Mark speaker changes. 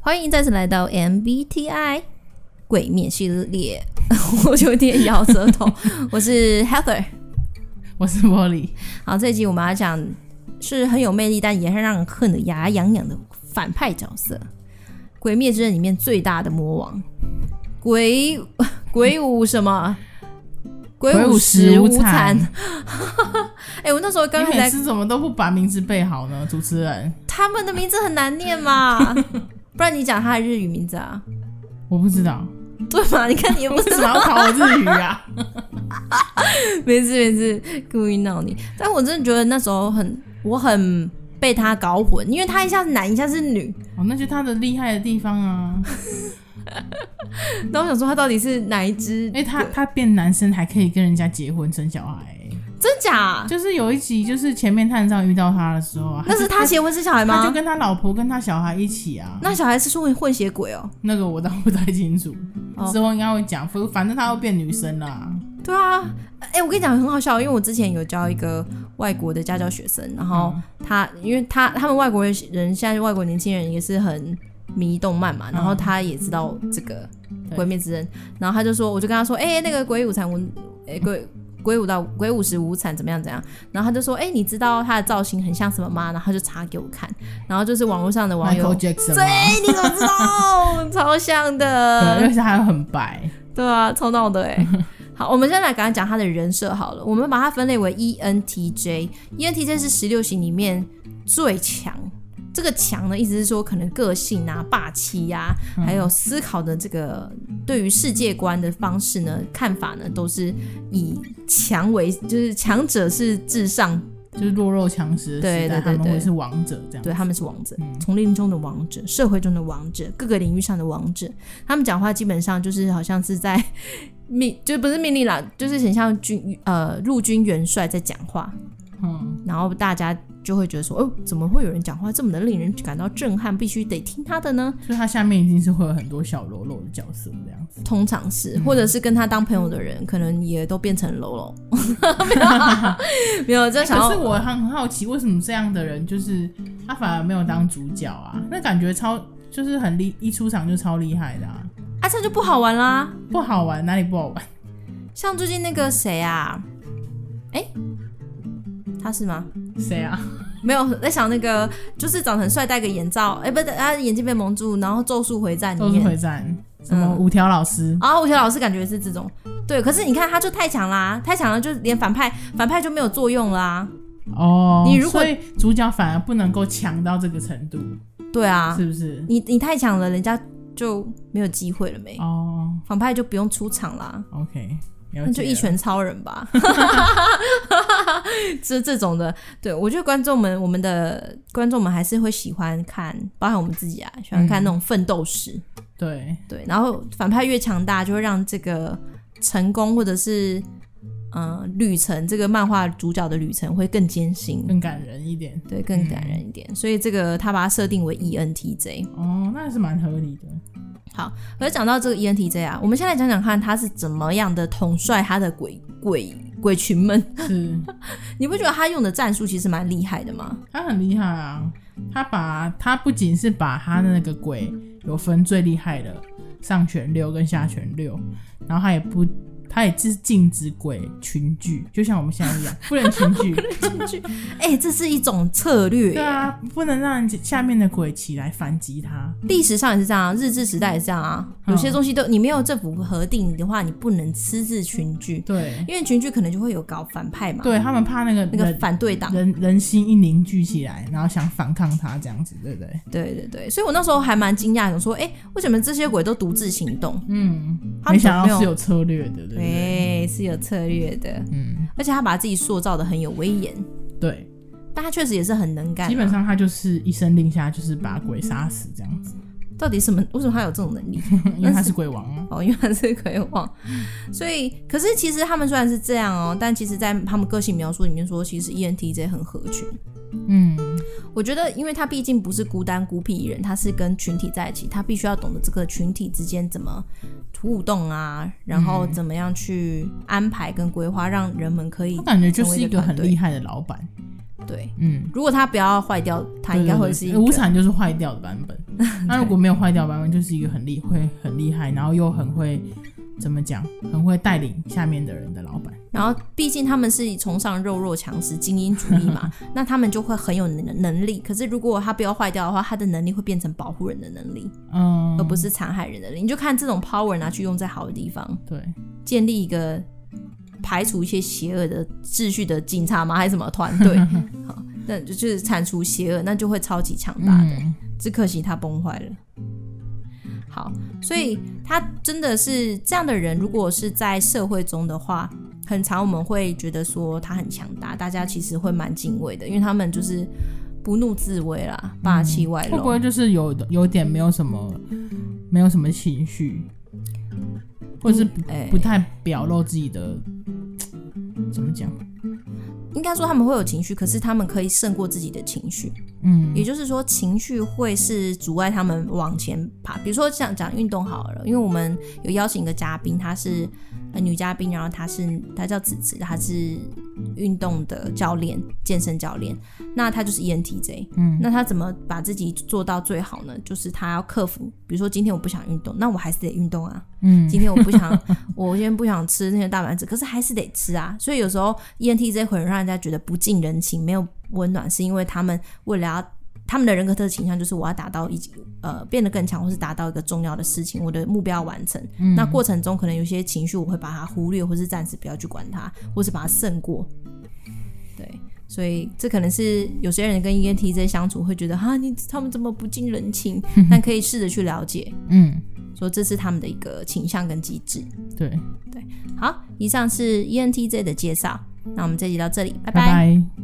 Speaker 1: 欢迎再次来到 MBTI 鬼面系列， 我有点咬舌 头。我是 Heather。
Speaker 2: 我是茉莉，
Speaker 1: 好，这一集我们要讲是很有魅力，但也是让人恨得牙痒痒的反派角色，《鬼灭之刃》里面最大的魔王，鬼鬼舞什么？鬼
Speaker 2: 鬼
Speaker 1: 舞
Speaker 2: 舞
Speaker 1: 石
Speaker 2: 石
Speaker 1: 无
Speaker 2: 无
Speaker 1: 惨
Speaker 2: 惨。
Speaker 1: 哎、我那时候刚
Speaker 2: 你
Speaker 1: 才
Speaker 2: 每
Speaker 1: 在
Speaker 2: 次怎么都不把名字背好呢？主持人，
Speaker 1: 他们的名字很难念 嘛，不然你讲他的日语名字啊？
Speaker 2: 我不知道
Speaker 1: 对嘛？你看你也不
Speaker 2: 为
Speaker 1: 知
Speaker 2: 什
Speaker 1: 道
Speaker 2: 么要考我日语啊？
Speaker 1: 没事没事，故意闹
Speaker 2: 嗯
Speaker 1: 你。但我真的觉得那时候很，我很被他搞混，因为他一下是男，一下是女，
Speaker 2: 哦，那就他的厉害的地方啊！
Speaker 1: 然后我想说他到底是哪一只
Speaker 2: 哎、？他他变男生还可以跟人家结婚生小孩、欸
Speaker 1: 真假？
Speaker 2: 就是有一集就是前面探长遇到他的时候啊，
Speaker 1: 啊那是他结婚生小孩
Speaker 2: 他就
Speaker 1: 吗？
Speaker 2: 跟他老婆跟他小孩一起啊。
Speaker 1: 那小孩是说混血鬼哦、
Speaker 2: 那个我倒不太清楚，
Speaker 1: 哦
Speaker 2: 之后应该会讲，反反正他又变女生啦。
Speaker 1: 对啊，哎、我跟你讲很好笑，因为我之前有教一个外国的家教学生，然
Speaker 2: 嗯
Speaker 1: 后他因为他他们外国人人现在外国年轻人也是很迷动漫嘛，
Speaker 2: 嗯
Speaker 1: 然后他也知道这个《
Speaker 2: 对
Speaker 1: 鬼灭之刃》，然后他就说，我就跟他说，哎、那个鬼舞残文，哎、鬼。鬼舞到鬼舞时无惨怎么样怎样，然后他就说，哎、你知道他的造型很像什么吗？然后他就查给我看，然后就是网络上的网友
Speaker 2: Michael，Jackson 啊
Speaker 1: 对
Speaker 2: 嘛，，
Speaker 1: 你怎么知道？超像的，
Speaker 2: 对，而且他又很白，
Speaker 1: 对啊，超闹的哎、好，我们先来赶快讲他的人设好了。我们把它分类为 E ENTJ。ENTJ 是十六型里面最强。这个强呢，意思是说可能个性啊、霸气呀、还有思考的这个对于世界观的方式呢、看法呢，都是以强为，就是强者是至上，
Speaker 2: 就是弱肉强食的时代，
Speaker 1: 对对对
Speaker 2: 他们
Speaker 1: 对
Speaker 2: 会是王者这样。
Speaker 1: 对，他们是王者，
Speaker 2: 嗯
Speaker 1: 丛林中的王者，社会中的王者，各个领域上的王者。他们讲话基本上就是好像是在 命，就不是命令啦，就是很像军呃陆军元帅在讲话，
Speaker 2: 嗯。
Speaker 1: 然后大家就会觉得说，哦，怎么会有人讲话这么的令人感到震撼，必须得听他的呢？
Speaker 2: 所以他下面一定是会有很多小喽啰的角色这样子。
Speaker 1: 通常
Speaker 2: 嗯
Speaker 1: 是，或者是跟他当朋友的人，可能也都变成喽 喽，没有啊，没有， 这想
Speaker 2: 哎可是
Speaker 1: 要。
Speaker 2: 我很好奇，为什么这样的人就是他反而没有当主角啊？那感觉超就是很厉，一出场就超厉害的啊，
Speaker 1: 啊，这样就不好玩啦。
Speaker 2: 不好玩哪里不好玩？
Speaker 1: 像最近那个谁啊，哎、他是吗？
Speaker 2: 谁啊？
Speaker 1: 没有在想那个，就是长得很帅，戴个眼罩，哎、不对，他眼睛被蒙住，然后《咒术回战》
Speaker 2: 咒
Speaker 1: 里
Speaker 2: 术
Speaker 1: 面，
Speaker 2: 回战什么
Speaker 1: 嗯
Speaker 2: 五条老师？
Speaker 1: 啊，吴学老师感觉是这种，对，可是你看他就太强啦，太强了，就连反派反派就没有作用啦，
Speaker 2: 哦，
Speaker 1: 你如果
Speaker 2: 所以主角反而不能够强到这个程度，
Speaker 1: 对啊，
Speaker 2: 是不是？
Speaker 1: 你你太强了，人家就没有机会了没，
Speaker 2: 哦
Speaker 1: 反派就不用出场啦。
Speaker 2: ，OK，了解了
Speaker 1: 那就一拳超人吧， 这这种的，对我觉得观众们，我们的观众们还是会喜欢看，包含我们自己啊，喜欢看那种奋斗史，
Speaker 2: 对，
Speaker 1: 对，然后反派越强大，就会让这个成功或者是嗯、呃旅程，这个漫画主角的旅程会更艰辛，
Speaker 2: 更感人一点。
Speaker 1: 对，更感人一点。所以这个他把它设定为 E ENTJ。
Speaker 2: 哦，那是蛮合理的。
Speaker 1: 而讲到这个 ENTJ 啊，我们先来讲讲看他是怎么样的统帅他的鬼鬼鬼群们。
Speaker 2: 是，
Speaker 1: 你不觉得他用的战术其实蛮厉害的吗？
Speaker 2: 他很厉害啊！
Speaker 1: 嗯
Speaker 2: 他把他不仅是把他的那个鬼有分最厉害的上旋六跟下旋六，然后他也不，他也是禁止鬼群聚，就像我们现在 一样，不能群聚。
Speaker 1: 哎、这是一种策略
Speaker 2: 对
Speaker 1: 耶。
Speaker 2: 啊，不能让下面的鬼起来反击他。
Speaker 1: 历史上也是这样啊，日治时代也是这样啊。有些
Speaker 2: 嗯
Speaker 1: 东西都你没有政府核定的话，你不能私自群聚。
Speaker 2: 对，
Speaker 1: 因为群聚可能就会有搞反派嘛，
Speaker 2: 对他们怕那个
Speaker 1: 那个
Speaker 2: 人
Speaker 1: 反对党，
Speaker 2: 人人心一凝聚起来，然后想反抗他这样子，对不对？
Speaker 1: 对对对，所以我那时候还蛮惊讶，想说，哎、为什么这些鬼都独自行动？
Speaker 2: 嗯，
Speaker 1: 他
Speaker 2: 没
Speaker 1: 们怎么
Speaker 2: 想
Speaker 1: 没
Speaker 2: 到
Speaker 1: 有
Speaker 2: 是有策略的，对不对？
Speaker 1: 对，哎是有策略的，
Speaker 2: 嗯，
Speaker 1: 而且他把自己塑造的很有威严，
Speaker 2: 对，
Speaker 1: 但他确实也是很能干啊、
Speaker 2: 基本上他就是一声令下，就是把鬼杀死这样子。
Speaker 1: 到底什么？为什么他有这种能力？
Speaker 2: 因为他是鬼王啊。
Speaker 1: 哦，因为他是鬼王，
Speaker 2: 嗯
Speaker 1: 所以可是其实他们虽然是这样哦，但其实，在他们个性描述里面说，其实 E ENTJ 很合群。
Speaker 2: 嗯，
Speaker 1: 我觉得，因为他毕竟不是孤单孤僻一人，他是跟群体在一起，他必须要懂得这个群体之间怎么互动啊，然后
Speaker 2: 嗯
Speaker 1: 怎么样去安排跟规划，让人们可以
Speaker 2: 他感觉就是一个很厉害的老板，
Speaker 1: 对，
Speaker 2: 嗯，
Speaker 1: 如果它不要坏掉，它应该会是一
Speaker 2: 对
Speaker 1: 个
Speaker 2: 对对无产就是坏掉的版 本。那如果没有坏掉的版本，就是一个很厉会很厉害，然后又很会怎么讲，很会带领下面的人的老板。
Speaker 1: 然后，毕竟他们是崇尚肉肉强食、精英主义嘛，那他们就会很有能能力。可是，如果他不要坏掉的话，他的能力会变成保护人的能力，
Speaker 2: 嗯，
Speaker 1: 而不是残害人的能力。你就看这种 power 拿去用在好的地方，
Speaker 2: 对，
Speaker 1: 建立一个排除一些邪恶的秩序的警察嘛，还是什么团队？好，那就是铲除邪恶，那就会超级强大的。
Speaker 2: 嗯，
Speaker 1: 只可惜他崩坏了。好，所以他真的是这样的人。如果是在社会中的话，很常我们会觉得说他很强大，大家其实会蛮敬畏的，因为他们就是不怒自威啦，霸气外
Speaker 2: 嗯会不
Speaker 1: 露。
Speaker 2: 会就是有有点没有什么没有什么情绪，或者是不
Speaker 1: 哎
Speaker 2: 不太表露自己的怎么讲？
Speaker 1: 应该说他们会有情绪，可是他们可以胜过自己的情绪。
Speaker 2: 嗯
Speaker 1: 也就是说，情绪会是阻碍他们往前爬。比如说，像讲运动好了，因为我们有邀请一个嘉宾，她是、呃、女嘉宾，然后她是她叫子子，她是运动的教练，健身教练。那她就是 E ENTJ，
Speaker 2: 嗯
Speaker 1: 那她怎么把自己做到最好呢？就是她要克服，比如说今天我不想运动，那我还是得运动啊。
Speaker 2: 嗯
Speaker 1: 今天我不想，我今天不想吃那些大丸子，可是还是得吃啊。所以有时候 ENTJ 会让人家觉得不近人情，没有温暖，是因为他们为了要他们的人格特质倾向就是我要达到一呃变得更强，或是达到一个重要的事情，我的目标要完成。那过程中可能有些情绪我会把它忽略，或是暂时不要去管它，或是把它胜过。对。所以这可能是有些人跟 E ENTJ 相处会觉得啊，你他们怎么不近人 情？但可以试着去了解，
Speaker 2: 嗯，
Speaker 1: 说这是他们的一个倾向跟机制。
Speaker 2: 对，
Speaker 1: E 好，以上是 ENTJ 的介绍，那我们这集到这里，拜
Speaker 2: 拜拜